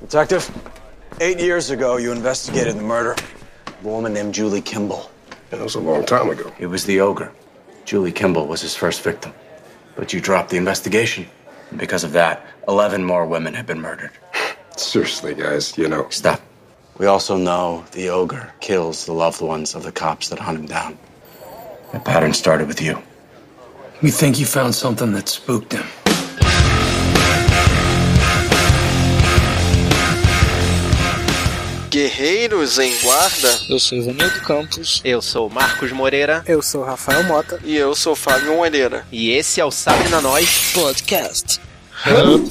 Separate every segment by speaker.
Speaker 1: Detective, eight years ago, you investigated the murder of a woman named Julie Kimball.
Speaker 2: That was a long time ago.
Speaker 1: It was the ogre. Julie Kimball was his first victim. But you dropped the investigation. And because of that, 11 more women have been murdered.
Speaker 2: Seriously, guys, you know.
Speaker 1: Stop. We also know the ogre kills the loved ones of the cops that hunt him down. That pattern started with you.
Speaker 3: You think you found something that spooked him?
Speaker 4: Guerreiros em Guarda.
Speaker 5: Eu sou Ivanildo Campos.
Speaker 4: Eu sou Marcos Moreira.
Speaker 6: Eu sou Rafael Mota.
Speaker 7: E eu sou Fábio Moreira.
Speaker 4: E esse é o Sabe na Nós
Speaker 5: Podcast.
Speaker 4: Hum.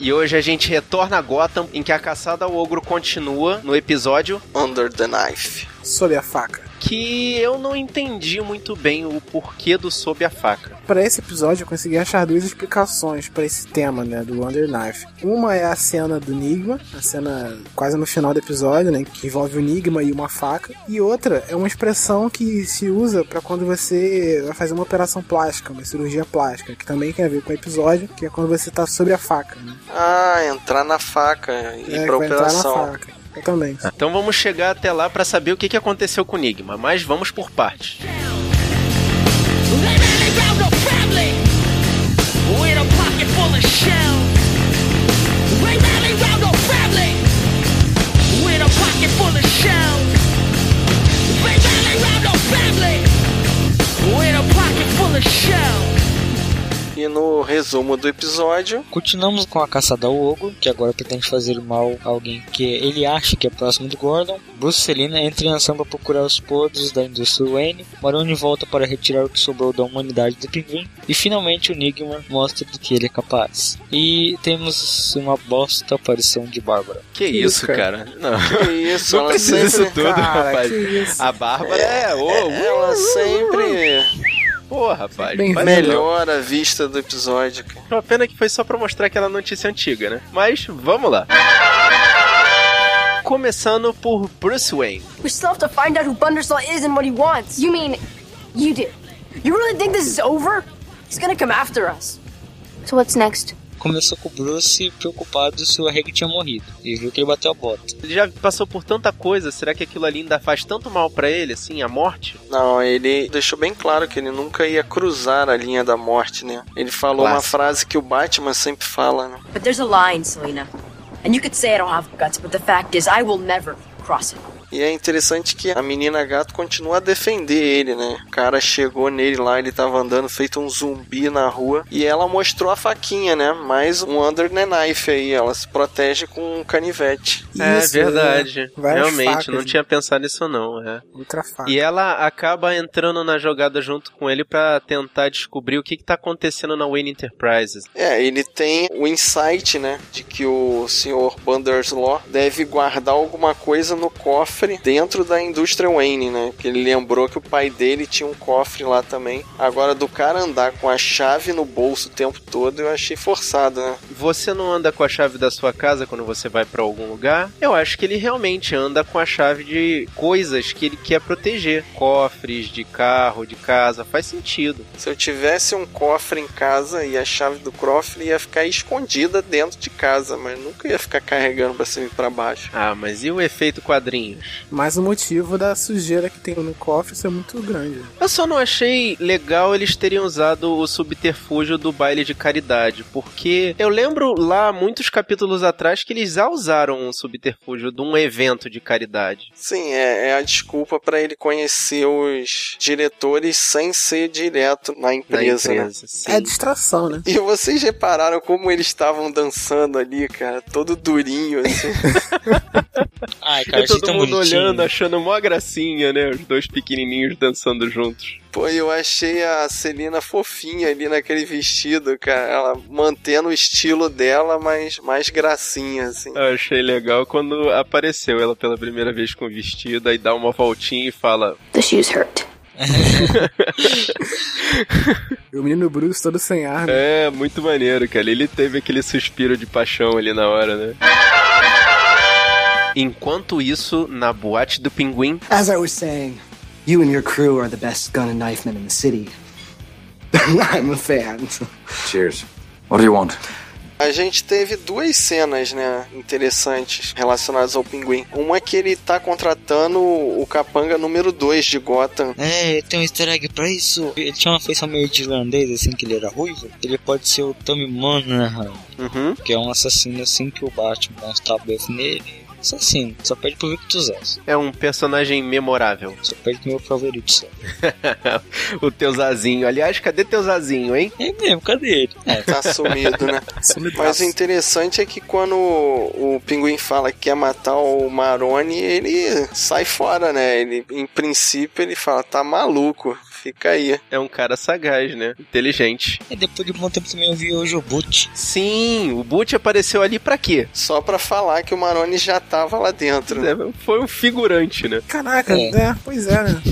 Speaker 4: E hoje a gente retorna a Gotham, em que a caçada ao ogro continua no episódio
Speaker 7: Under the Knife.
Speaker 6: Sob a faca.
Speaker 4: Que eu não entendi muito bem o porquê do Sob a faca.
Speaker 6: Para esse episódio eu consegui achar duas explicações para esse tema, né, do Under Knife. Uma é a cena do Enigma, a cena quase no final do episódio, né, que envolve o Enigma e uma faca. E outra é uma expressão que se usa para quando você vai fazer uma operação plástica, uma cirurgia plástica, que também tem a ver com o episódio, que é quando você tá sobre a faca, né?
Speaker 7: Ah, entrar na faca e é, pra operação.
Speaker 6: Entrar na faca. Eu também.
Speaker 4: Então vamos chegar até lá para saber o que, que aconteceu com o Enigma, mas vamos por partes.
Speaker 7: E no resumo do episódio,
Speaker 5: Continuamos com a caçada ao ogro, que agora pretende fazer mal a alguém que ele acha que é próximo do Gordon. Bruce e Selina entram em ação para procurar os podres da indústria Wayne. Maroni volta para retirar o que sobrou da humanidade do pinguim. E finalmente o Enigma mostra do que ele é capaz. E temos uma bosta aparição de Bárbara.
Speaker 4: Que, isso, cara? Não.
Speaker 7: que isso,
Speaker 4: Não
Speaker 7: ela
Speaker 4: precisa
Speaker 7: sempre...
Speaker 4: disso tudo,
Speaker 6: Cara,
Speaker 4: rapaz.
Speaker 6: que isso.
Speaker 4: A Bárbara é. ô,
Speaker 7: É, Ela
Speaker 4: uh,
Speaker 7: sempre
Speaker 4: Pô, rapaz.
Speaker 6: Bem
Speaker 4: Mas-
Speaker 7: melhora a vista do episódio. cara.
Speaker 4: Uma pena que foi só pra mostrar aquela notícia antiga, né? Mas vamos lá. Começando por Bruce Wayne.
Speaker 8: We still have to find out who Bundersaw is and what he wants. You mean, you do? You really think this is over? He's gonna come after us. So what's next?
Speaker 5: Começou com o Bruce preocupado se o Reg tinha morrido. E viu que ele bateu a bota.
Speaker 4: Ele já passou por tanta coisa, será que aquilo ali ainda faz tanto mal pra ele, assim, a morte?
Speaker 7: Não, ele deixou bem claro que ele nunca ia cruzar a linha da morte, né? Ele falou uma
Speaker 4: Clássico.
Speaker 7: frase que o Batman sempre fala, né?
Speaker 8: But there's a line, Selena. And you could say I don't have guts, but the fact is, I will never cross it.
Speaker 7: E é interessante que a menina gato continua a defender ele, né? O cara chegou nele lá, ele tava andando feito um zumbi na rua e ela mostrou a faquinha, né? Mais um under the knife aí, ela se protege com um canivete.
Speaker 6: Isso,
Speaker 4: é verdade.
Speaker 6: várias
Speaker 4: Realmente,
Speaker 6: facas,
Speaker 4: não
Speaker 6: né?
Speaker 4: tinha pensado nisso não, é.
Speaker 6: Outra faca.
Speaker 4: E ela acaba entrando na jogada junto com ele pra tentar descobrir o que, que tá acontecendo na Wayne Enterprises.
Speaker 7: É, ele tem o insight, né, de que o senhor Banderslow deve guardar alguma coisa no cofre dentro da indústria Wayne, né? Que ele lembrou que o pai dele tinha um cofre lá também. Agora, do cara andar com a chave no bolso o tempo todo, eu achei forçado, né?
Speaker 4: Você não anda com a chave da sua casa quando você vai pra algum lugar? Eu acho que ele realmente anda com a chave de coisas que ele quer proteger. Cofres, de carro, de casa, faz sentido.
Speaker 7: Se eu tivesse um cofre em casa e a chave do cofre ia ficar escondida dentro de casa, mas nunca ia ficar carregando pra cima e pra baixo.
Speaker 4: Ah, mas e o efeito quadrinhos?
Speaker 6: Mas o motivo da sujeira que tem no cofre isso é muito grande.
Speaker 4: Eu só não achei legal eles terem usado o subterfúgio do baile de caridade, porque eu lembro lá muitos capítulos atrás que eles já usaram um subterfúgio de um evento de caridade.
Speaker 7: Sim, é, é a desculpa pra ele conhecer os diretores sem ser direto na
Speaker 4: Na
Speaker 7: empresa, né?
Speaker 4: empresa, sim.
Speaker 6: É distração, né?
Speaker 7: E vocês repararam como eles estavam dançando ali, cara? Todo durinho, assim.
Speaker 5: Ai,
Speaker 4: E
Speaker 5: cara, achei
Speaker 4: todo
Speaker 5: tão
Speaker 4: mundo
Speaker 5: bonitinho.
Speaker 4: olhando, achando mó gracinha, né? Os dois pequenininhos dançando juntos.
Speaker 7: Pô, eu achei a Celina fofinha ali naquele vestido, cara. Ela mantendo o estilo dela, mas mais gracinha, assim.
Speaker 4: Eu achei legal quando apareceu ela pela primeira vez com o vestido, aí dá uma voltinha e fala:
Speaker 8: The shoe's hurt.
Speaker 6: E o menino Bruce todo sem ar, né?
Speaker 4: É, muito maneiro, cara. Ele teve aquele suspiro de paixão ali na hora, né? Enquanto isso, na boate do pinguim,
Speaker 9: As I was saying, you and your crew are the best gun and knife men in the city. I'm a fan.
Speaker 1: Cheers. What do you want?
Speaker 7: A gente teve duas cenas, né, interessantes relacionadas ao pinguim. Uma é que ele tá contratando o capanga número 2 de Gotham.
Speaker 5: É, tem um easter egg pra isso. Ele tinha uma feição meio de irlandês, assim, que ele era ruivo. Ele pode ser o Tommy Monahan,
Speaker 4: uhum.
Speaker 5: que é um assassino assim que o Batman dá uns tabefes nele. Assassino, só perde pro Victus Zazo.
Speaker 4: é um personagem memorável.
Speaker 5: Só perde pro meu favorito, só.
Speaker 4: o teu Zazinho. Aliás, cadê teu Zazinho, hein?
Speaker 5: É mesmo, cadê ele? É,
Speaker 7: Tá sumido, né? Mas o interessante é que quando o Pinguim fala que quer matar o Maroni, ele sai fora, né? Ele, em princípio, ele fala, tá maluco, fica aí.
Speaker 4: É um cara sagaz, né? Inteligente.
Speaker 5: e depois de um bom tempo também eu vi hoje o Boot.
Speaker 4: Sim, o Butch apareceu ali pra quê?
Speaker 7: Só pra falar que o Maroni já tava lá dentro, né?
Speaker 4: É, Foi um figurante, né?
Speaker 6: Caraca,
Speaker 5: É.
Speaker 6: né? Pois é, né?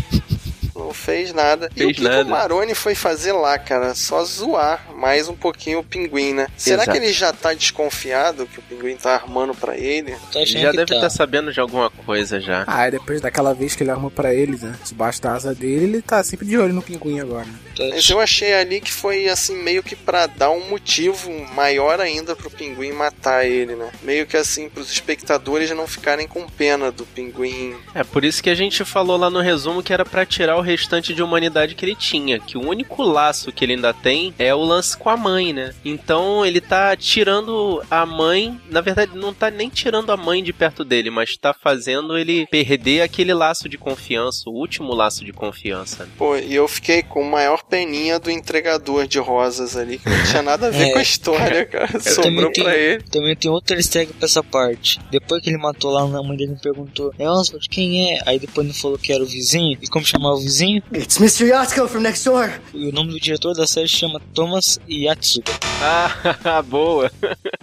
Speaker 7: Não fez nada. e o
Speaker 4: Fez
Speaker 7: que,
Speaker 4: nada.
Speaker 7: que o Maroni foi fazer lá, cara? Só zoar mais um pouquinho o Pinguim, né? Será
Speaker 4: Exato.
Speaker 7: que ele já tá desconfiado que o Pinguim tá armando pra ele?
Speaker 5: Tô
Speaker 4: Ele
Speaker 5: achando
Speaker 4: já
Speaker 5: que
Speaker 4: deve
Speaker 5: tá.
Speaker 4: estar sabendo de alguma coisa já.
Speaker 6: Ah, e depois daquela vez que ele armou pra ele, né? Debaixo da asa dele, ele tá sempre de olho no pinguim agora. né?
Speaker 5: Tô
Speaker 7: Mas eu achei ali que foi assim, meio que pra dar um motivo maior ainda pro pinguim matar ele, né? Meio que assim, pros espectadores não ficarem com pena do pinguim.
Speaker 4: É por isso que a gente falou lá no resumo que era pra tirar o restante de humanidade que ele tinha, que o único laço que ele ainda tem é o lance com a mãe, né? Então ele tá tirando a mãe, na verdade não tá nem tirando a mãe de perto dele, mas tá fazendo ele perder aquele laço de confiança, o último laço de confiança. né?
Speaker 7: Pô, e eu fiquei com maior peninha do entregador de rosas ali, que não tinha nada a ver
Speaker 5: É.
Speaker 7: com a história, cara. Sobrou
Speaker 5: também tenho-
Speaker 7: pra ele.
Speaker 5: Também tem outro easter egg pra essa parte. Depois que ele matou lá, a mãe dele me perguntou: É Oswald, quem é? Aí depois ele falou que era o vizinho. E como chamar o vizinho?
Speaker 9: It's Mr. Yatsko from next door.
Speaker 5: E o nome do diretor da série chama Thomas Yatsuda.
Speaker 4: Ah, boa!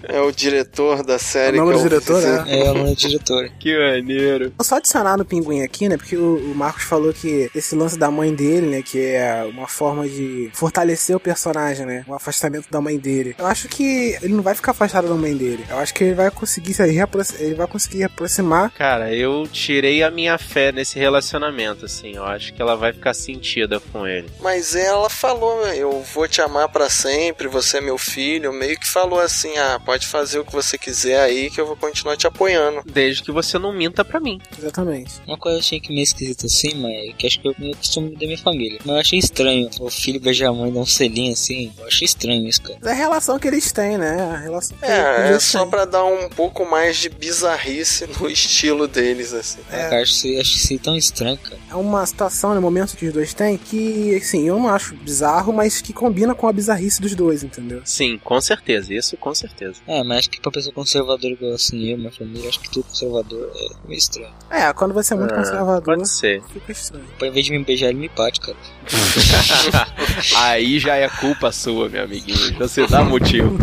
Speaker 7: É o diretor da série.
Speaker 6: O nome
Speaker 7: que
Speaker 6: do
Speaker 7: eu
Speaker 6: diretor,
Speaker 7: fiz-
Speaker 6: né?
Speaker 5: É o nome do diretor.
Speaker 4: Que maneiro!
Speaker 6: Só adicionar no pinguim aqui, né? Porque o, o Marcos falou que esse lance da mãe dele, né? Que é uma forma de fortalecer o personagem, né? O afastamento da mãe dele. Eu acho que ele não vai ficar afastado da mãe dele. Eu acho que ele vai conseguir se reapro- ele vai conseguir aproximar.
Speaker 4: Cara, eu tirei a minha fé nesse relacionamento, assim. Eu acho que ela vai ficar sentida com ele.
Speaker 7: Mas ela falou, eu vou te amar pra sempre, você é meu filho. Meio que falou assim, ah, pode fazer o que você quiser aí que eu vou continuar te apoiando.
Speaker 4: Desde que você não minta pra mim.
Speaker 6: Exatamente.
Speaker 5: Uma coisa que eu achei que meio esquisita assim, mas que acho que é o costume da minha família. Mas eu achei estranho. O filho beijar a mãe dar um selinho assim. Eu achei estranho isso, cara.
Speaker 6: Mas É a relação que eles têm, né? A relação que
Speaker 7: É, é
Speaker 6: eles
Speaker 7: só
Speaker 6: têm.
Speaker 7: pra dar um pouco mais de bizarrice no estilo deles, assim.
Speaker 6: É.
Speaker 5: Cara, eu acho isso- acho isso tão estranho, cara.
Speaker 6: É uma situação, né, momento que os dois têm que, assim, eu não acho bizarro, mas que combina com a bizarrice dos dois, entendeu?
Speaker 4: Sim, com certeza. Isso com certeza.
Speaker 5: É, mas acho que pra pessoa conservadora igual assim eu, minha família, acho que tudo conservador é meio estranho.
Speaker 6: É, quando você é muito
Speaker 4: Ah,
Speaker 6: conservador,
Speaker 4: Pode ser.
Speaker 6: fica estranho.
Speaker 5: Pô, em vez de me beijar, ele me bate, cara.
Speaker 4: Aí já é culpa sua, meu amiguinho. Você dá motivo.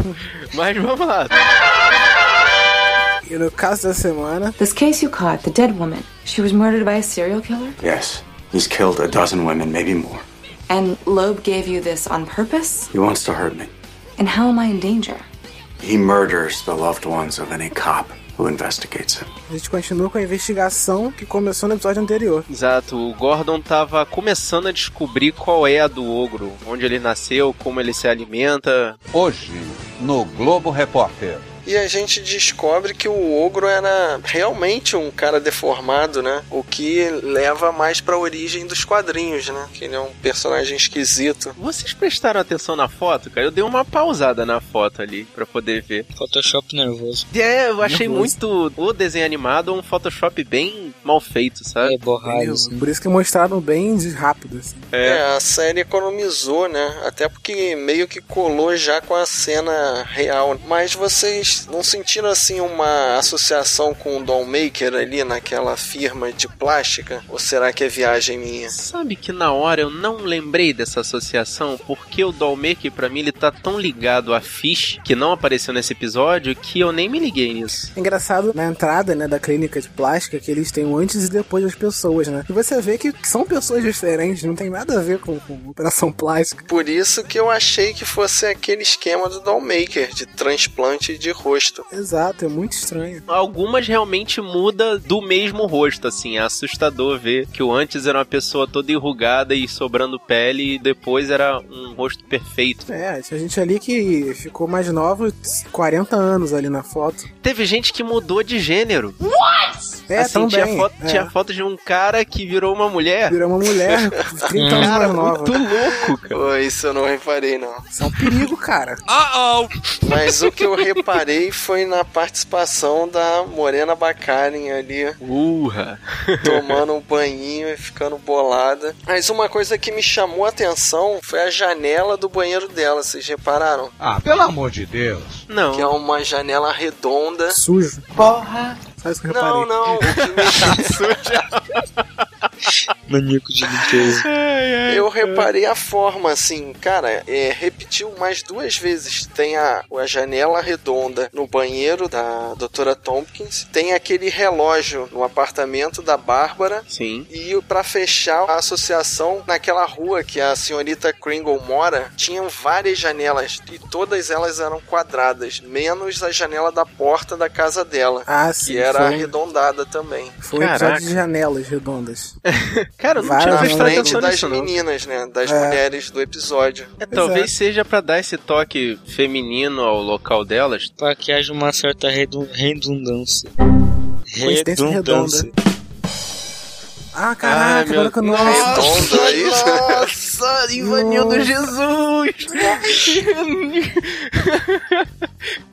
Speaker 4: Mas vamos lá.
Speaker 6: E no caso da semana,
Speaker 10: This case you caught, the dead woman, she was murdered by a serial killer,
Speaker 1: Yes. He's killed a dozen women, maybe more.
Speaker 10: and Loeb gave you this on purpose?
Speaker 1: He wants to hurt me.
Speaker 10: And how am I in danger?
Speaker 1: He murders the loved ones of any cop who investigates him.
Speaker 6: a gente continua com a investigação que começou no episódio anterior.
Speaker 4: Exato, o Gordon tava começando a descobrir qual é a do ogro, onde ele nasceu, como ele se alimenta.
Speaker 11: Hoje, no Globo Repórter.
Speaker 7: E a gente descobre que o ogro era realmente um cara deformado, né? O que leva mais pra origem dos quadrinhos, né? Que ele é um personagem esquisito.
Speaker 4: Vocês prestaram atenção na foto, cara? Eu dei uma pausada na foto ali pra poder ver.
Speaker 5: Photoshop nervoso.
Speaker 4: É, eu achei
Speaker 6: Nervoso.
Speaker 4: muito o desenho animado um Photoshop bem mal feito, sabe?
Speaker 5: É borrado,
Speaker 6: entendeu?
Speaker 7: né.
Speaker 5: assim.
Speaker 6: Por isso que mostraram bem de- rápido, assim.
Speaker 7: É. a série economizou, né? Até porque meio que colou já com a cena real. Mas vocês Vocês não sentiram assim uma associação com o Dollmaker ali naquela firma de plástica? Ou será que é viagem minha?
Speaker 4: Sabe que na hora eu não lembrei dessa associação porque o Dollmaker pra mim ele tá tão ligado a Fish que não apareceu nesse episódio que eu nem me liguei nisso.
Speaker 6: Engraçado na entrada, né, da clínica de plástica que eles têm o antes e depois das pessoas, né? E você vê que são pessoas diferentes, não tem nada a ver com, com operação plástica.
Speaker 7: Por isso que eu achei que fosse aquele esquema do Dollmaker de transplante de rosto.
Speaker 6: Exato, é muito estranho.
Speaker 4: Algumas realmente muda do mesmo rosto, assim, é assustador ver que o antes era uma pessoa toda enrugada e sobrando pele e depois era um rosto perfeito.
Speaker 6: É, tinha gente ali que ficou mais nova, 40 anos ali na foto.
Speaker 4: Teve gente que mudou de gênero.
Speaker 8: What?
Speaker 6: É,
Speaker 4: assim, tinha
Speaker 6: também,
Speaker 4: foto,
Speaker 6: é.
Speaker 4: tinha foto de um cara que virou uma mulher.
Speaker 6: Virou uma mulher, 30 anos
Speaker 4: Cara,
Speaker 6: mais nova.
Speaker 4: muito louco, cara.
Speaker 7: Pô, isso eu não reparei, não.
Speaker 6: Isso é um perigo, cara.
Speaker 7: Mas o que eu reparei foi na participação da Morena Bacarin ali,
Speaker 4: Urra.
Speaker 7: tomando um banhinho e ficando bolada. Mas uma coisa que me chamou a atenção foi a janela do banheiro dela, vocês repararam?
Speaker 11: Ah, pelo amor de Deus.
Speaker 7: Que é
Speaker 4: Não.
Speaker 7: uma janela redonda.
Speaker 6: Sujo.
Speaker 9: Porra!
Speaker 6: Sabe isso que eu reparei?
Speaker 7: Não, não, o que me
Speaker 5: Maníaco de limpeza.
Speaker 7: Eu reparei a forma, assim, cara, é, repetiu mais duas vezes. Tem a, a janela redonda no banheiro da doutora Tompkins, tem aquele relógio no apartamento da Bárbara.
Speaker 4: Sim.
Speaker 7: E pra fechar a associação, naquela rua que a senhorita Kringle mora, tinham várias janelas e todas elas eram quadradas, menos a janela da porta da casa dela,
Speaker 6: Ah, sim.
Speaker 7: que era
Speaker 6: foi,
Speaker 7: arredondada também.
Speaker 6: foi um episódio
Speaker 4: Caraca.
Speaker 6: de janelas redondas.
Speaker 4: Cara, eu não
Speaker 6: Vai
Speaker 4: tinha
Speaker 7: Na
Speaker 6: lá, prestei
Speaker 4: prestado
Speaker 7: frente
Speaker 4: atenção
Speaker 7: das
Speaker 4: nisso, não.
Speaker 7: meninas, né? Das
Speaker 6: É.
Speaker 7: mulheres do episódio.
Speaker 4: É,
Speaker 6: Pois
Speaker 4: talvez
Speaker 6: é.
Speaker 4: seja pra dar esse toque feminino ao local delas.
Speaker 5: Pra que haja uma certa redu- redundância.
Speaker 6: Coincidência
Speaker 5: Redundância.
Speaker 6: Ah, caraca, agora que eu não
Speaker 4: né?
Speaker 7: Redonda isso.
Speaker 4: Nossa, Ivanildo
Speaker 6: Nossa.
Speaker 4: Jesus!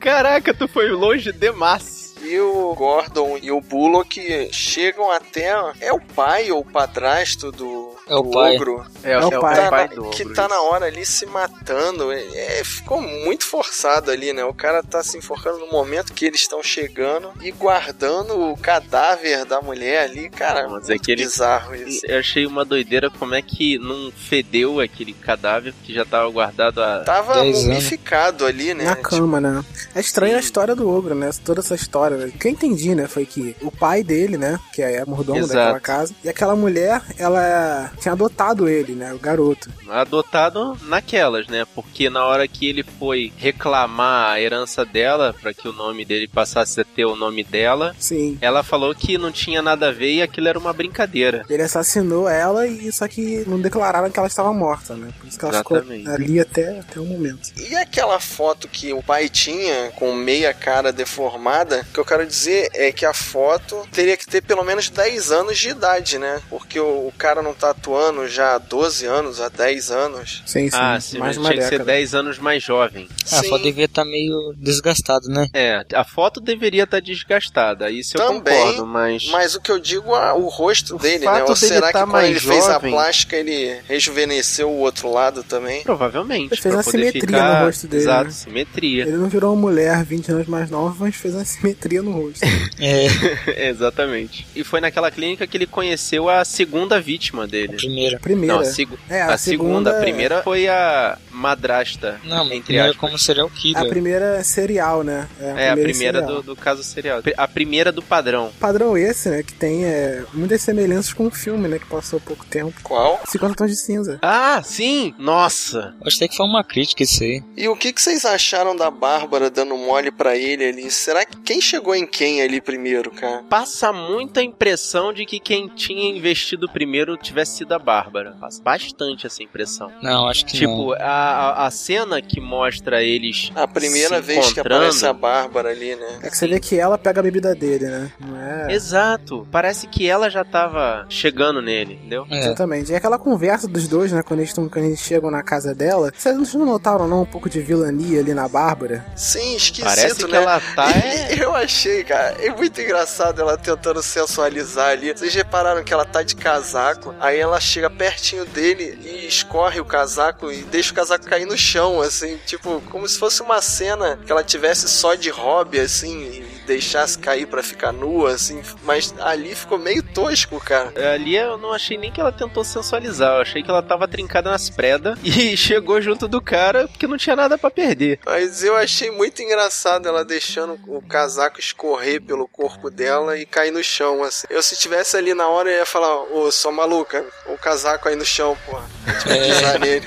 Speaker 4: Caraca, tu foi longe demais.
Speaker 7: E o Gordon e o Bullock chegam até. É o pai ou o padrasto do.
Speaker 5: É o
Speaker 7: do
Speaker 5: pai.
Speaker 7: ogro?
Speaker 4: É,
Speaker 6: o pai.
Speaker 7: Tá na-
Speaker 4: do
Speaker 7: que
Speaker 4: ogro,
Speaker 7: tá
Speaker 4: isso.
Speaker 7: na hora ali se matando. É, é, ficou muito forçado ali, né? O cara tá se enforcando no momento que eles estão chegando e guardando o cadáver da mulher ali. Cara,
Speaker 4: Mas é
Speaker 7: muito
Speaker 4: que ele-
Speaker 7: bizarro isso.
Speaker 4: Eu achei uma doideira como é que não fedeu aquele cadáver que já tava guardado há.
Speaker 7: Tava
Speaker 5: Dez anos.
Speaker 7: mumificado ali, né?
Speaker 6: Na
Speaker 7: Tipo,
Speaker 6: cama, né? É estranha a história do ogro, né? Toda essa história. né? O que eu entendi, né? Foi que o pai dele, né? Que é mordomo
Speaker 4: Exato.
Speaker 6: daquela casa. E aquela mulher, ela tinha adotado ele, né? O garoto.
Speaker 4: adotado naquelas, né? Porque na hora que ele foi reclamar a herança dela, pra que o nome dele passasse a ter o nome dela,
Speaker 6: Sim.
Speaker 4: ela falou que não tinha nada a ver e aquilo era uma brincadeira.
Speaker 6: Ele assassinou ela e só que não declararam que ela estava morta, né? Por isso que ela
Speaker 4: Exatamente.
Speaker 6: ficou ali até, até o momento.
Speaker 7: E aquela foto que o pai tinha com meia cara deformada, o que eu quero dizer é que a foto teria que ter pelo menos 10 anos de idade, né? Porque o, o cara não tá atuando já há 12 anos, há 10 anos.
Speaker 6: Sim, sim.
Speaker 4: ah, sim,
Speaker 6: mais né?
Speaker 4: mas
Speaker 6: uma
Speaker 4: tinha que ser
Speaker 6: década.
Speaker 4: 10 anos mais jovem.
Speaker 5: Ah,
Speaker 7: Sim.
Speaker 5: só devia estar meio desgastado, né?
Speaker 4: É, a foto deveria estar desgastada, isso eu
Speaker 7: Também,
Speaker 4: concordo, mas.
Speaker 7: Mas o que eu digo é o rosto dele, né?
Speaker 4: fato
Speaker 7: Ou
Speaker 4: dele
Speaker 7: será
Speaker 4: tá
Speaker 7: que quando
Speaker 4: mais
Speaker 7: ele fez a
Speaker 4: jovem-
Speaker 7: plástica ele rejuvenesceu o outro lado também?
Speaker 4: Provavelmente.
Speaker 6: Ele fez
Speaker 4: pra
Speaker 6: uma
Speaker 4: poder
Speaker 6: simetria
Speaker 4: ficar-
Speaker 6: no rosto dele,
Speaker 4: Exato,
Speaker 6: né?
Speaker 4: simetria.
Speaker 6: Ele não virou uma mulher 20 anos mais nova, mas fez uma simetria no rosto.
Speaker 5: É,
Speaker 4: Exatamente. E foi naquela clínica que ele conheceu a segunda vítima dele.
Speaker 5: primeiro.
Speaker 6: Primeira.
Speaker 4: Não, a, seg
Speaker 6: é,
Speaker 4: a, segunda, a primeira foi a madrasta.
Speaker 5: Não,
Speaker 4: Entre
Speaker 5: primeiro
Speaker 4: aspas.
Speaker 5: como seria o Kid.
Speaker 6: A primeira é serial, né?
Speaker 4: É, a primeira
Speaker 6: serial.
Speaker 4: do, do caso serial. A primeira do padrão.
Speaker 6: Padrão esse, né? Que tem é, muitas semelhanças com o filme, né? Que passou há pouco tempo.
Speaker 7: Qual?
Speaker 6: 50 tons de cinza.
Speaker 4: Ah, sim! Nossa!
Speaker 5: Acho até que foi uma crítica isso aí.
Speaker 7: E o que, que vocês acharam da Bárbara dando mole pra ele ali? Será que quem chegou em quem ali primeiro, cara?
Speaker 4: Passa muita impressão de que quem tinha investido primeiro tivesse sido a Bárbara. Passa bastante essa impressão.
Speaker 5: Não, acho que não.
Speaker 4: Tipo, a, a, a cena que mostra eles.
Speaker 7: A primeira
Speaker 4: se
Speaker 7: vez que
Speaker 4: encontrando-
Speaker 7: aparece a Bárbara ali, né?
Speaker 6: É que você vê que ela pega a bebida dele, né? Não é.
Speaker 4: Exato. Parece que ela já tava chegando nele, entendeu?
Speaker 5: É.
Speaker 6: Exatamente. E aquela conversa dos dois, né? Quando eles, tão, quando eles chegam na casa dela. Vocês não notaram, não, um pouco de vilania ali na Bárbara?
Speaker 7: Sim, esquisito,
Speaker 4: Parece que
Speaker 7: né?
Speaker 4: ela tá. é,
Speaker 7: Eu achei, cara, é muito engraçado ela tentando sensualizar ali. Vocês repararam que ela tá de casaco, aí ela ela chega pertinho dele e escorre o casaco e deixa o casaco cair no chão, assim, tipo, como se fosse uma cena que ela tivesse só de hobby, assim, e deixasse cair pra ficar nua, assim, mas ali ficou meio tosco, cara.
Speaker 4: Ali eu não achei nem que ela tentou sensualizar, eu achei que ela tava trincada nas predas e chegou junto do cara porque não tinha nada pra perder.
Speaker 7: Mas eu achei muito engraçado ela deixando o casaco escorrer pelo corpo dela e cair no chão, assim. Eu se tivesse ali na hora eu ia falar, ô, sou maluca, o casaco aí no chão, porra. Tipo,
Speaker 5: É.
Speaker 7: pisar nele.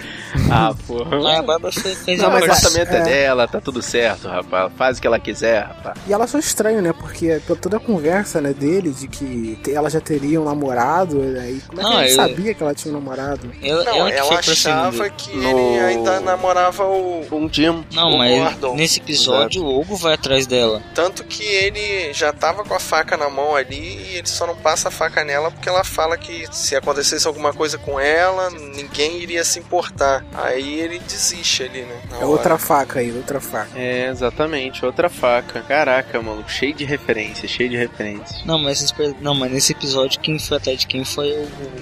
Speaker 4: Ah, porra.
Speaker 5: Ah, a Bárbara fez fez
Speaker 4: Não,
Speaker 5: uma
Speaker 4: mas o
Speaker 5: graça.
Speaker 4: orçamento é dela, tá tudo certo, rapaz. Faz o que ela quiser, rapaz.
Speaker 6: E ela achou estranho, né? Porque pela toda a conversa né, dele de que te- ela já teria um namorado, né? e como é que
Speaker 5: Não,
Speaker 6: ela
Speaker 5: eu-
Speaker 6: sabia que ela tinha um namorado?
Speaker 5: Ela,
Speaker 7: Não,
Speaker 5: ela
Speaker 7: ela,
Speaker 5: assim. que foi pra
Speaker 7: achava
Speaker 5: cima
Speaker 7: que ele
Speaker 4: No-
Speaker 7: ainda namorava o.
Speaker 4: Um dia.
Speaker 5: Não,
Speaker 7: o
Speaker 5: mas
Speaker 7: Gordon.
Speaker 5: nesse episódio o Ogo vai atrás dela.
Speaker 7: Tanto que ele já tava com a faca na mão ali e ele só não passa a faca nela porque ela fala que se acontecesse alguma coisa com ela, ninguém iria se importar. Aí ele desiste ali, né? na
Speaker 6: É
Speaker 7: hora.
Speaker 6: outra faca aí, outra faca.
Speaker 4: É, exatamente, outra faca. Caraca, maluco, cheio de referências, cheio de referências.
Speaker 5: Não mas, esse per- não, mas nesse episódio quem foi atrás de quem foi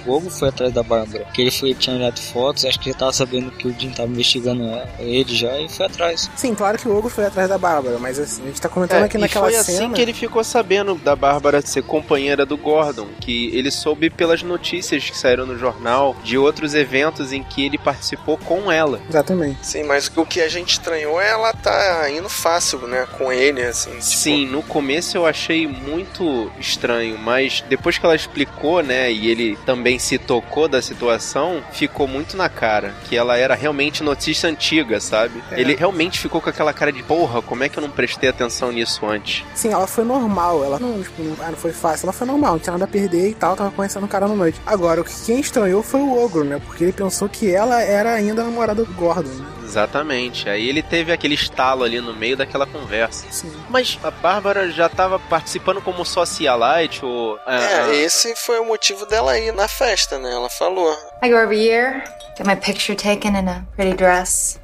Speaker 5: o, o Ogo foi atrás da Bárbara. Porque ele foi, tinha olhado fotos, acho que já tava sabendo que o Jim tava investigando ela, ele já e foi atrás.
Speaker 6: Sim, claro que o Ogo foi atrás da Bárbara, mas assim, a gente tá
Speaker 5: É,
Speaker 6: comentando aqui
Speaker 4: e
Speaker 6: naquela
Speaker 4: foi
Speaker 6: cena.
Speaker 4: assim que ele ficou sabendo da Bárbara ser companheira do Gordon, que ele soube pelas notícias que saíram no jornal de outros eventos em que ele participou com ela.
Speaker 6: Exatamente.
Speaker 7: Sim, mas o que a gente estranhou é ela tá indo fácil, né? Com ele, assim. tipo,
Speaker 4: Sim, no começo eu achei muito estranho, mas depois que ela explicou, né, e ele também se tocou da situação, ficou muito na cara que ela era realmente notícia antiga, sabe?
Speaker 6: É.
Speaker 4: Ele realmente ficou com aquela cara de porra, como é que eu não prestei atenção nisso antes?
Speaker 6: Sim, ela foi normal, ela não, tipo, não, ah, não foi fácil, ela foi normal, não tinha nada a perder e tal, tava conhecendo o cara na noite. Agora, o que quem estranhou foi o Ogro, né? Porque ele pensou que ela era ainda a namorada do Gordon, né?
Speaker 4: Exatamente. Aí ele teve aquele estalo ali no meio daquela conversa.
Speaker 6: Sim.
Speaker 4: Mas a Bárbara já tava participando como socialite ou ah, ah,
Speaker 7: É, esse foi o motivo dela ir na festa, né? Ela falou
Speaker 10: I go every year, get my picture taken in a pretty dress,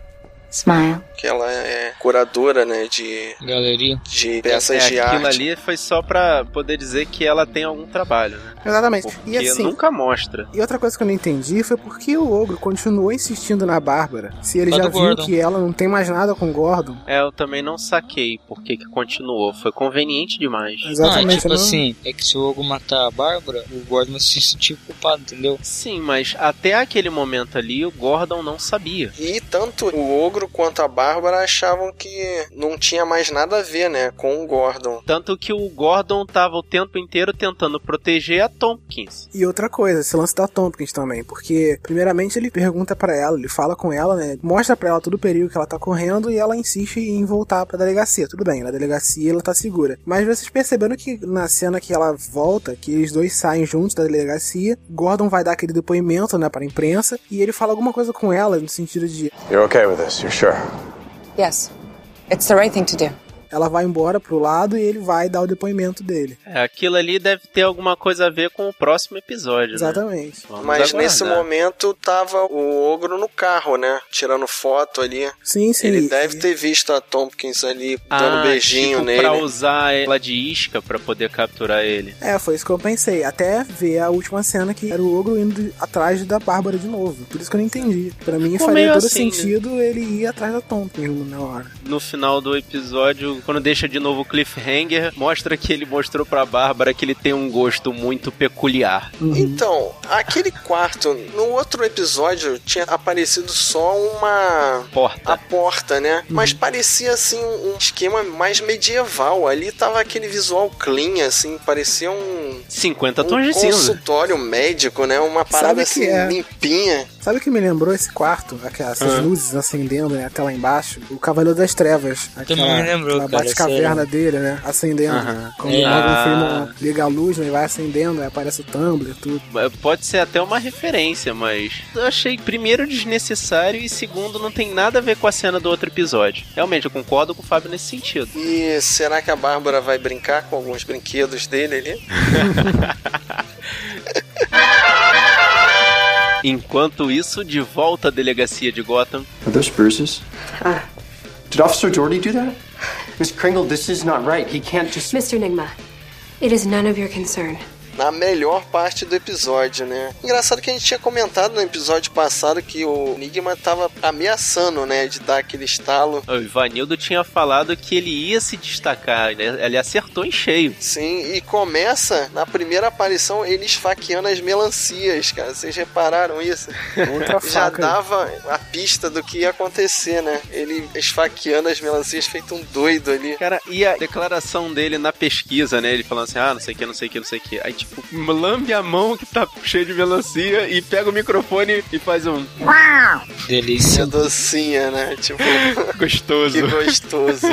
Speaker 10: smile.
Speaker 7: que ela é curadora, né? De,
Speaker 5: Galeria.
Speaker 7: de
Speaker 4: é,
Speaker 7: peças de
Speaker 4: aquilo
Speaker 7: arte.
Speaker 4: ali foi só pra poder dizer que ela tem algum trabalho, né?
Speaker 6: Exatamente.
Speaker 4: Porque
Speaker 6: e assim.
Speaker 4: nunca mostra.
Speaker 6: E outra coisa que eu não entendi foi por que o Ogro continuou insistindo na Bárbara. Se ele
Speaker 5: Lá
Speaker 6: já
Speaker 5: do
Speaker 6: viu
Speaker 5: Gordon.
Speaker 6: que ela não tem mais nada com o Gordon.
Speaker 4: É, eu também não saquei por que que continuou. Foi conveniente demais.
Speaker 6: Exatamente. né?
Speaker 5: não, é tipo
Speaker 6: não-
Speaker 5: assim, é que se o Ogo matar a Bárbara, o Gordon vai se sentir culpado, entendeu?
Speaker 4: Sim, mas até aquele momento ali o Gordon não sabia.
Speaker 7: E tanto o Ogro quanto a Bárbara achavam que não tinha mais nada a ver, né, com o Gordon.
Speaker 4: Tanto que o Gordon tava o tempo inteiro tentando proteger a Tompkins.
Speaker 6: E outra coisa, esse lance da Tompkins também, porque primeiramente ele pergunta pra ela, ele fala com ela, né? Mostra pra ela todo o perigo que ela tá correndo e ela insiste em voltar pra delegacia. Tudo bem, na delegacia ela tá segura. Mas vocês perceberam que na cena que ela volta, que eles dois saem juntos da delegacia, Gordon vai dar aquele depoimento, né, pra imprensa, e ele fala alguma coisa com ela no sentido de
Speaker 1: You're okay with this, you're sure?
Speaker 12: Yes, it's the right thing to do.
Speaker 6: ela vai embora pro lado e ele vai dar o depoimento dele.
Speaker 4: É, aquilo ali deve ter alguma coisa a ver com o próximo episódio. Né?
Speaker 6: Exatamente.
Speaker 4: Vamos
Speaker 7: Mas
Speaker 4: aguardar.
Speaker 7: nesse momento tava o Ogro no carro, né, tirando foto ali.
Speaker 6: Sim, sim.
Speaker 7: Ele deve ter visto a Tompkins ali dando
Speaker 4: Ah,
Speaker 7: beijinho
Speaker 4: tipo,
Speaker 7: nele.
Speaker 4: pra usar ela de isca pra poder capturar ele.
Speaker 6: É, foi isso que eu pensei. Até ver a última cena que era o ogro indo atrás da Bárbara de novo. Por isso que eu não entendi. Pra mim
Speaker 4: Ficou
Speaker 6: faria
Speaker 4: meio
Speaker 6: todo
Speaker 4: assim, né?
Speaker 6: sentido ele ir atrás da Tompkins na hora.
Speaker 4: No final do episódio, quando deixa de novo o cliffhanger, mostra que ele mostrou pra Bárbara que ele tem um gosto muito peculiar.
Speaker 7: Então, aquele quarto, no outro episódio tinha aparecido só uma a
Speaker 4: Porta.
Speaker 7: porta, né?
Speaker 6: Uhum.
Speaker 7: Mas parecia assim um um esquema mais medieval. Ali tava aquele visual clean, assim, parecia um,
Speaker 6: Tá
Speaker 4: 50 tons
Speaker 7: um
Speaker 4: de cinza.
Speaker 7: consultório médico, né? Uma parada
Speaker 6: né?
Speaker 7: assim
Speaker 6: Sabe que é.
Speaker 7: limpinha.
Speaker 6: Sabe o que me lembrou esse quarto? Aquelas essas
Speaker 5: Ah.
Speaker 6: luzes acendendo né, até lá embaixo. O Cavaleiro das Trevas. Aquela,
Speaker 5: Também me lembrou,
Speaker 6: aquela
Speaker 5: cara,
Speaker 6: bate-caverna dele, né? Acendendo.
Speaker 4: Aham.
Speaker 6: Quando
Speaker 5: É.
Speaker 6: o Morgan
Speaker 4: Ah.
Speaker 6: Freeman liga a luz, né? e Vai acendendo, aí aparece o Tumblr, tudo.
Speaker 4: É, Pode ser até uma referência, mas eu achei primeiro desnecessário e segundo não tem nada a ver com a cena do outro episódio. Realmente eu concordo com o Fábio nesse sentido.
Speaker 7: E será que a Bárbara vai brincar com alguns brinquedos dele ali?
Speaker 4: Enquanto isso, de volta à delegacia de Gotham,
Speaker 9: Are those bruises? Did Officer Doherty do that? Miss Kringle, this is not right. He can't just.
Speaker 10: Mr. Nigma, it is none of your concern.
Speaker 7: na melhor parte do episódio, né? Engraçado que a gente tinha comentado no episódio passado que o Enigma tava ameaçando, né, de dar aquele estalo.
Speaker 4: O Ivanildo tinha falado que ele ia se destacar, né? Ele acertou em cheio.
Speaker 7: Sim, e começa na primeira aparição ele esfaqueando as melancias, cara. Vocês repararam isso?
Speaker 6: Outra
Speaker 7: Já
Speaker 6: faca.
Speaker 7: dava a pista do que ia acontecer, né? Ele esfaqueando as melancias feito um doido ali.
Speaker 4: Cara, e a declaração dele na pesquisa, né? Ele falando assim, ah, não sei o que, não sei o que, não sei o que. Aí, tipo, lambe a mão que tá cheia de melancia e pega o microfone e faz um...
Speaker 5: Delícia.
Speaker 7: Docinha, né? Tipo,
Speaker 4: Gostoso.
Speaker 7: que gostoso.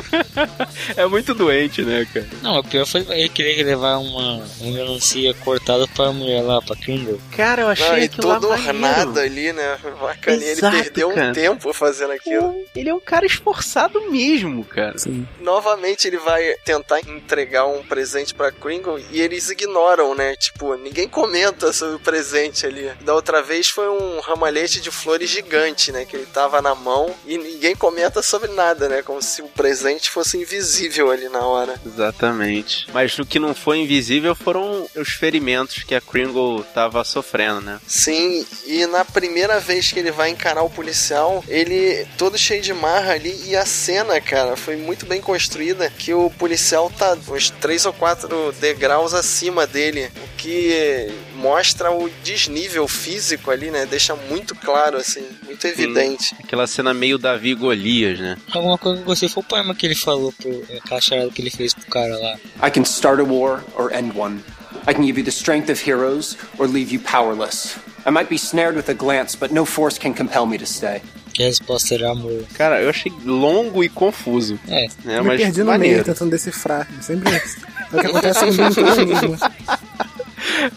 Speaker 4: É muito doente, né, cara?
Speaker 5: Não, o pior foi ele querer levar uma, uma melancia cortada pra mulher lá, pra Kindle.
Speaker 4: Cara, eu achei
Speaker 7: Não, e
Speaker 4: aquilo lá
Speaker 7: todo ornado
Speaker 4: maneiro.
Speaker 7: ali, né? Bacana. Ele
Speaker 4: Exato,
Speaker 7: perdeu
Speaker 4: cara.
Speaker 7: um tempo fazendo aquilo.
Speaker 4: Ele é um cara esforçado mesmo, cara.
Speaker 6: Sim.
Speaker 7: Novamente ele vai tentar entregar um presente pra Kringle e eles ignoram, né? Tipo, ninguém comenta sobre o presente ali. Da outra vez foi um ramalhete de flores gigante, né? Que ele tava na mão e ninguém comenta sobre nada, né? Como se o presente fosse invisível ali na hora.
Speaker 4: Exatamente. Mas o que não foi invisível foram os ferimentos que a Kringle tava sofrendo, né?
Speaker 7: Sim, e na primeira vez que ele vai encarar o policial, ele todo cheio de marra ali e a cena, cara, foi muito bem construída que o policial tá uns três ou quatro degraus acima dele, o que mostra o desnível físico ali, né? Deixa muito claro assim, muito evidente.
Speaker 4: Aquela cena meio Davi e Golias, né?
Speaker 5: Alguma coisa que eu gostei foi o poema que ele falou pro. aquela charada que ele fez pro cara lá.
Speaker 9: I can start a war or end one. I can give you the strength of heroes or leave you powerless. I might be snared with a glance, but no force can compel me to stay.
Speaker 5: Que a resposta era amor.
Speaker 4: Cara, eu achei longo e confuso.
Speaker 5: É.
Speaker 4: Né?
Speaker 6: Me
Speaker 4: Mas
Speaker 6: perdi no meio
Speaker 4: maneiro.
Speaker 6: tentando decifrar. Sempre isso. É o que acontece comigo todo enigma.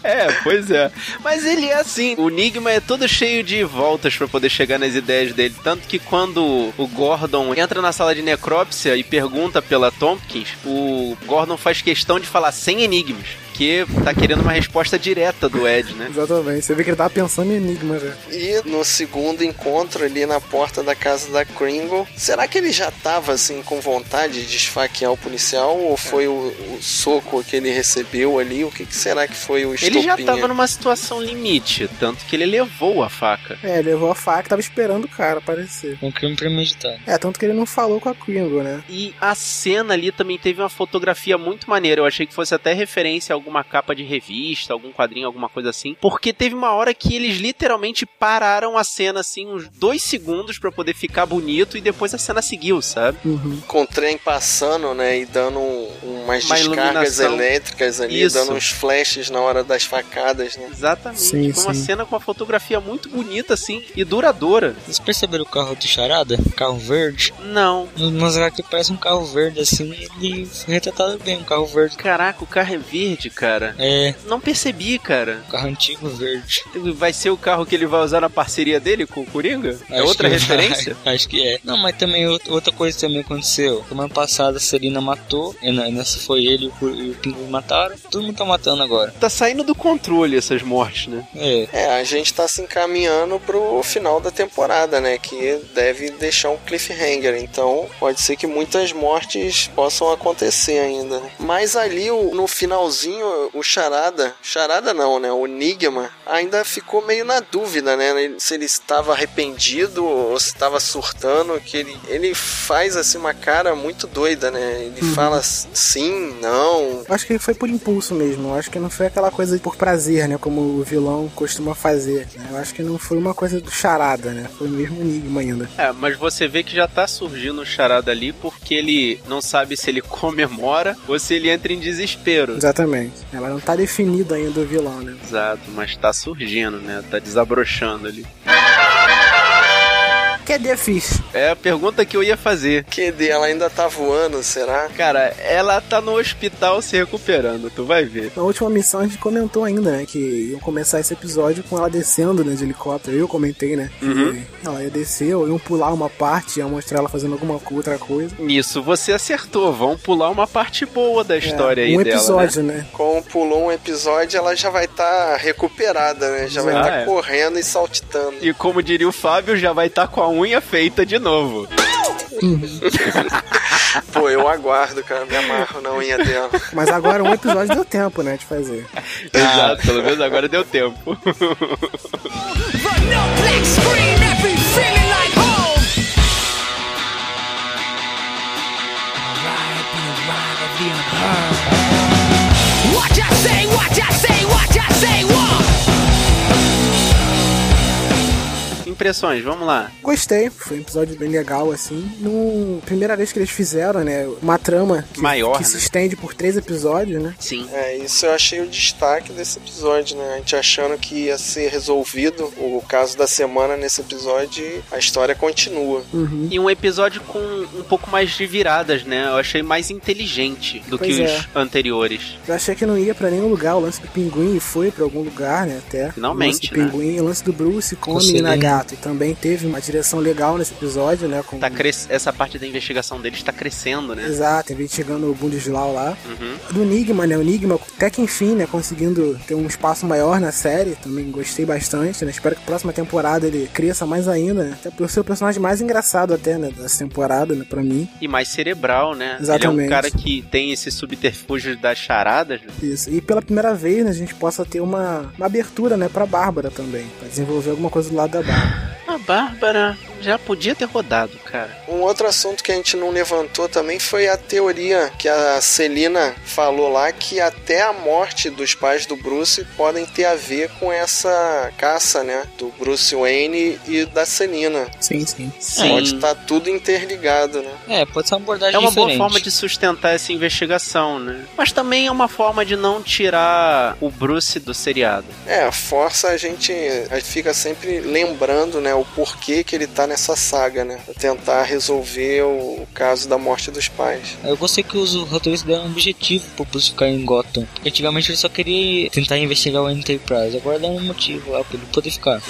Speaker 4: É, pois é. Mas ele é assim. O Enigma é todo cheio de voltas pra poder chegar nas ideias dele. Tanto que quando o Gordon entra na sala de necrópsia e pergunta pela Tompkins, o Gordon faz questão de falar sem enigmas. Que tá querendo uma resposta direta do Ed, né?
Speaker 6: Exatamente. Você vê que ele tava pensando em enigma né? já.
Speaker 7: E no segundo encontro ali na porta da casa da Kringle, será que ele já tava assim com vontade de esfaquear o policial ou foi o, o soco que ele recebeu ali? O que, que será que foi o estopim? é.
Speaker 4: Ele já tava numa situação limite, tanto que ele levou a faca.
Speaker 6: É, levou a faca, tava esperando o cara aparecer.
Speaker 5: Um crime premeditado.
Speaker 6: É, tanto que ele não falou com a Kringle, né?
Speaker 4: E a cena ali também teve uma fotografia muito maneira. Eu achei que fosse até referência a alguma capa de revista, algum quadrinho, alguma coisa assim. Porque teve uma hora que eles literalmente pararam a cena, assim, uns dois segundos pra poder ficar bonito e depois a cena seguiu, sabe?
Speaker 7: com o trem passando, né? E dando um- umas
Speaker 4: Uma
Speaker 7: descargas
Speaker 4: iluminação.
Speaker 7: elétricas ali,
Speaker 4: Isso.
Speaker 7: dando uns flashes na hora das facadas, né?
Speaker 4: Exatamente.
Speaker 6: Sim,
Speaker 4: Foi uma
Speaker 6: sim.
Speaker 4: cena com uma fotografia muito bonita, assim, e duradoura.
Speaker 5: Vocês perceberam o carro do Charada? Carro verde?
Speaker 4: Não.
Speaker 5: No- Nos HQ parece um carro verde assim, ele foi retratado bem, um carro verde.
Speaker 4: Caraca, o carro é verde, cara.
Speaker 5: É,
Speaker 4: Não percebi, cara.
Speaker 5: um carro antigo verde.
Speaker 4: Vai ser o carro que ele vai usar na parceria dele com o Coringa? É
Speaker 5: Acho
Speaker 4: outra
Speaker 5: que
Speaker 4: referência?
Speaker 5: vai. Acho que é. Não, mas também out- outra coisa também aconteceu. Semana passada a Serena matou, e na- nessa foi ele e o Cur- e o Pinguim mataram. Todo mundo tá matando agora.
Speaker 4: Tá saindo do controle essas mortes, né?
Speaker 5: É,
Speaker 7: É, a gente tá se encaminhando pro final da temporada, né? Que deve deixar um cliffhanger. Então, pode ser que muitas mortes possam acontecer ainda. né? Mas ali, o- no finalzinho, o Charada... Charada não, né? O Enigma ainda ficou meio na dúvida, né? Ele- Se ele estava arrependido ou se estava surtando. Que ele, ele faz, assim, uma cara muito doida, né? Ele fala s- sim, não...
Speaker 6: Eu acho que foi por impulso mesmo. Eu acho que não foi aquela coisa por prazer, né? Como o vilão costuma fazer. né? Eu acho que não foi uma coisa do charada, né? Foi mesmo enigma ainda.
Speaker 4: É, mas você vê que já tá surgindo um charada ali porque ele não sabe se ele comemora ou se ele entra em desespero.
Speaker 6: Exatamente. Ela não tá definida ainda o vilão, né?
Speaker 4: Exato, mas tá surgindo, né? Tá desabrochando ali.
Speaker 6: Que defis?
Speaker 4: É a pergunta que eu ia fazer.
Speaker 7: QD, ela ainda tá voando, será?
Speaker 4: Cara, ela tá no hospital se recuperando, tu vai ver.
Speaker 6: Na última missão a gente comentou ainda, né? Que iam começar esse episódio com ela descendo, né? De helicóptero. Eu comentei, né?
Speaker 4: Uhum.
Speaker 6: Que ela ia descer, ou iam pular uma parte, ia mostrar ela fazendo alguma co- outra coisa.
Speaker 4: Nisso você acertou, vamos pular uma parte boa da história
Speaker 6: É,
Speaker 4: aí
Speaker 6: um
Speaker 4: dela.
Speaker 6: episódio, né?
Speaker 7: Como pulou um episódio, ela já vai estar recuperada, né? Já vai
Speaker 4: Ah,
Speaker 7: estar
Speaker 4: é.
Speaker 7: correndo e saltitando.
Speaker 4: tá E como diria o Fábio, já vai estar com a unha feita de novo.
Speaker 7: Pô, eu aguardo, cara. Me amarro na unha dela.
Speaker 6: Mas agora um episódio deu tempo, né, de fazer.
Speaker 4: Exato, pelo menos agora deu tempo.
Speaker 13: Big screen that be feeling like home. Watch I say, watch I say, watch I say, what?
Speaker 4: Impressões, vamos lá.
Speaker 6: Gostei, foi um episódio bem legal, assim. No primeira vez que eles fizeram, né, uma trama que,
Speaker 4: Maior,
Speaker 6: que se
Speaker 4: né?
Speaker 6: estende por três episódios, né?
Speaker 4: Sim.
Speaker 7: É, isso eu achei o destaque desse episódio, né? A gente achando que ia ser resolvido o caso da semana nesse episódio, e a história continua.
Speaker 4: E um episódio com um pouco mais de viradas, né? Eu achei mais inteligente do
Speaker 6: Pois
Speaker 4: que
Speaker 6: é.
Speaker 4: os anteriores.
Speaker 6: Eu achei que não ia pra nenhum lugar. O lance do pinguim foi pra algum lugar, né? Até.
Speaker 4: Finalmente,
Speaker 6: O lance do pinguim, o lance do Bruce com a
Speaker 4: Você
Speaker 6: menina
Speaker 4: lembra?
Speaker 6: gato. Também teve uma direção legal nesse episódio, né? Com...
Speaker 4: Tá cres... Essa parte da investigação deles tá crescendo, né?
Speaker 6: Exato, investigando o Bundeslau lá.
Speaker 4: Uhum.
Speaker 6: Do Enigma, né? O Enigma, até que enfim, né? Conseguindo ter um espaço maior na série. Também gostei bastante, né? Espero que a próxima temporada ele cresça mais ainda, né? Até por ser o personagem mais engraçado até, né? Dessa temporada, né? Pra mim.
Speaker 4: E mais cerebral, né? Ele é um
Speaker 6: Exatamente.
Speaker 4: cara que tem esse subterfúgio das charadas, né?
Speaker 6: Isso. E pela primeira vez, né? A gente possa ter uma, uma abertura, né? Pra Bárbara também. Pra desenvolver alguma coisa do lado da Bárbara.
Speaker 4: A Bárbara já podia ter rodado, cara.
Speaker 7: Um outro assunto que a gente não levantou também foi a teoria que a Celina falou lá que até a morte dos pais do Bruce podem ter a ver com essa caça, né? Do Bruce Wayne e da Celina.
Speaker 6: Sim, sim.
Speaker 7: Pode tá estar tudo interligado, né?
Speaker 5: É, pode ser uma abordagem
Speaker 4: É uma
Speaker 5: diferente.
Speaker 4: boa forma de sustentar essa investigação, né? Mas também é uma forma de não tirar o Bruce do seriado.
Speaker 7: É, força a gente, a gente fica sempre lembrando, né, o porquê que ele tá nessa saga, né? Pra tentar resolver o, o caso da morte dos pais.
Speaker 5: É, Eu gostei que os roteiristas deram um objetivo pro Bruce ficar em Gotham. Porque antigamente ele só queria tentar investigar o Enterprise. Agora dá um motivo lá pra ele poder ficar.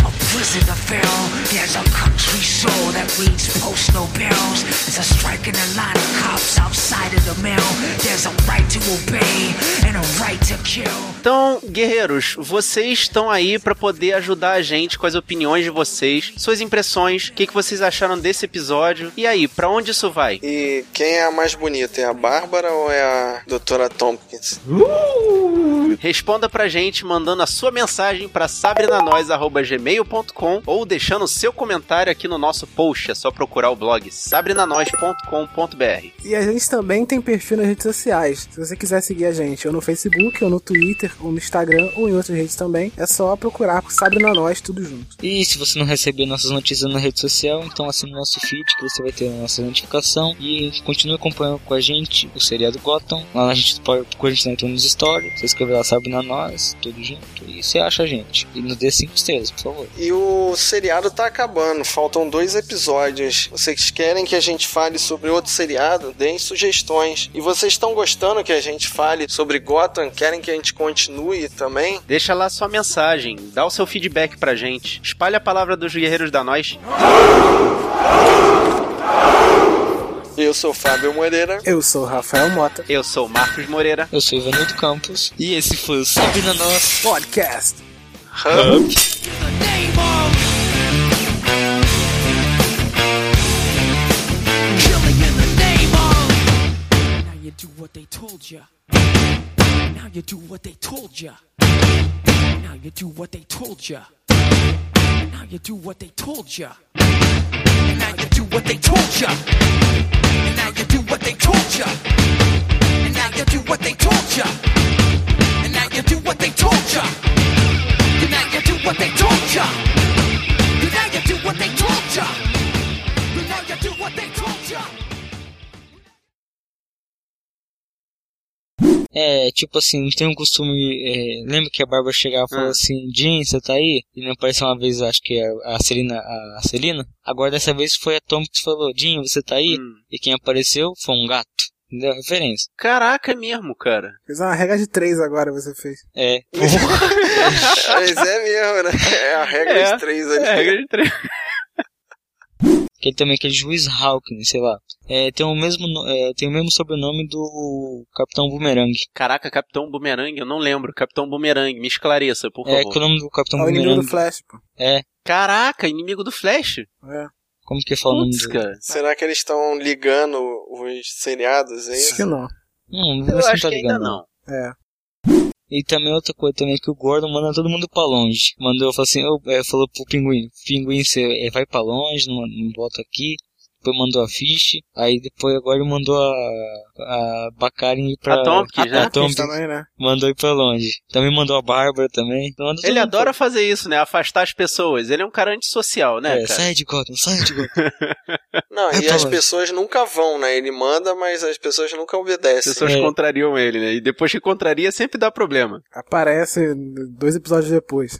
Speaker 13: A prison of pharaoh. There's a country soul that reads postal barrels. There's a strike and a line of cops outside of the mail. There's a right to obey and a right to kill.
Speaker 4: Então, guerreiros, vocês estão aí pra poder ajudar a gente com as opiniões de vocês, suas impressões, o que, que vocês acharam desse episódio. E aí, pra onde isso vai?
Speaker 7: E quem é a mais bonita? É a Bárbara ou é a Doutora Tompkins?
Speaker 4: Responda pra gente mandando a sua mensagem pra sabrinanois.gmail.com ou deixando seu comentário aqui no nosso post. É só procurar o blog sabrinanois.com.br.
Speaker 6: E a gente também tem perfil nas redes sociais. Se você quiser seguir a gente ou no Facebook, ou no Twitter, ou no Instagram, ou em outras redes também, é só procurar por Sabrina Nós, tudo junto.
Speaker 5: E se você não receber nossas notícias na rede social, então assine o nosso feed que você vai ter a nossa notificação. E continue acompanhando com a gente o seriado Gotham. Lá a gente pode procurar a gente tá na iTunes Store. Você escreve lá, sabe, na nós, tudo junto. E você acha a gente. E nos dê 5 estrelas, por favor.
Speaker 7: E o seriado tá acabando, faltam dois episódios. Vocês querem que a gente fale sobre outro seriado? Deem sugestões. E vocês estão gostando que a gente fale sobre Gotham? Querem que a gente continue também?
Speaker 4: Deixa lá sua mensagem, dá o seu feedback pra gente. Espalha a palavra dos guerreiros da nós.
Speaker 7: Eu sou o Fábio Moreira.
Speaker 6: Eu sou o Rafael Mota.
Speaker 4: Eu sou o Marcos Moreira.
Speaker 5: Eu sou o Ivanildo Campos. E esse foi o Sabe na Nós
Speaker 6: Podcast.
Speaker 13: Killing in the name of. Now you do what they told ya. Now you do what they told ya. Now you do what they told ya. Now you do what they told ya. Now you do what they told ya. And now you do what they told ya. And now you do what they told ya. And now you do what they told ya. And now you do what they told ya. And now you do what they told ya. And now you do what they told ya.
Speaker 5: É, tipo assim, tem um costume. é, lembra que a Bárbara chegava e falou
Speaker 4: Ah.
Speaker 5: assim: Jean, você tá aí? E não apareceu uma vez, acho que a, a Celina. A, a Celina. Agora dessa vez foi a Tom que falou: Jean, você tá aí?
Speaker 4: Hum.
Speaker 5: E quem apareceu foi um gato. Entendeu a referência?
Speaker 4: Caraca, é mesmo, cara.
Speaker 6: Fez uma regra de três agora, você fez.
Speaker 5: É.
Speaker 7: Mas é mesmo, né? É a regra
Speaker 5: É,
Speaker 7: de três ali.
Speaker 5: Que ele também, aquele juiz Hawkins, sei lá. é, tem, o mesmo, no- é, tem o mesmo sobrenome do Capitão Boomerang.
Speaker 4: Caraca, Capitão Boomerang, eu não lembro. Capitão Boomerang, me esclareça, por favor.
Speaker 5: É, que o nome do Capitão
Speaker 4: É o inimigo
Speaker 5: Boomerang.
Speaker 4: do Flash,
Speaker 6: pô.
Speaker 5: É.
Speaker 4: Caraca, inimigo do Flash?
Speaker 6: É.
Speaker 5: Como que fala o nome do...
Speaker 7: Será que eles estão ligando os seriados? É isso?
Speaker 6: que não.
Speaker 5: Hum,
Speaker 7: Eu
Speaker 5: você
Speaker 7: acho
Speaker 5: não tá
Speaker 7: que ainda
Speaker 5: ligando.
Speaker 7: não.
Speaker 6: É.
Speaker 5: E também outra coisa também que o Gordon manda todo mundo pra longe. Mandou, falou assim, ô, é, falou pro pinguim, pinguim, você é, vai pra longe, não, não volta aqui. Depois mandou a Fish, aí depois agora ele mandou a, a Bacaren ir pra...
Speaker 4: A Tompkins, né?
Speaker 5: a Tompkins
Speaker 4: Também, né?
Speaker 5: Mandou ir pra longe. Também mandou a Bárbara também. Então manda todo
Speaker 4: Ele
Speaker 5: mundo
Speaker 4: adora fazer isso, né? Afastar as pessoas. Ele é um cara antissocial, né,
Speaker 5: É,
Speaker 4: cara?
Speaker 5: sai de Gotham, sai de Gotham.
Speaker 7: Não, e
Speaker 4: tá
Speaker 7: as
Speaker 4: bom.
Speaker 7: pessoas nunca vão, né? Ele manda, mas as pessoas nunca
Speaker 4: As
Speaker 7: obedecem.
Speaker 4: pessoas
Speaker 5: é.
Speaker 4: contrariam ele, né? E depois que contraria, sempre dá problema.
Speaker 6: Aparece dois episódios depois.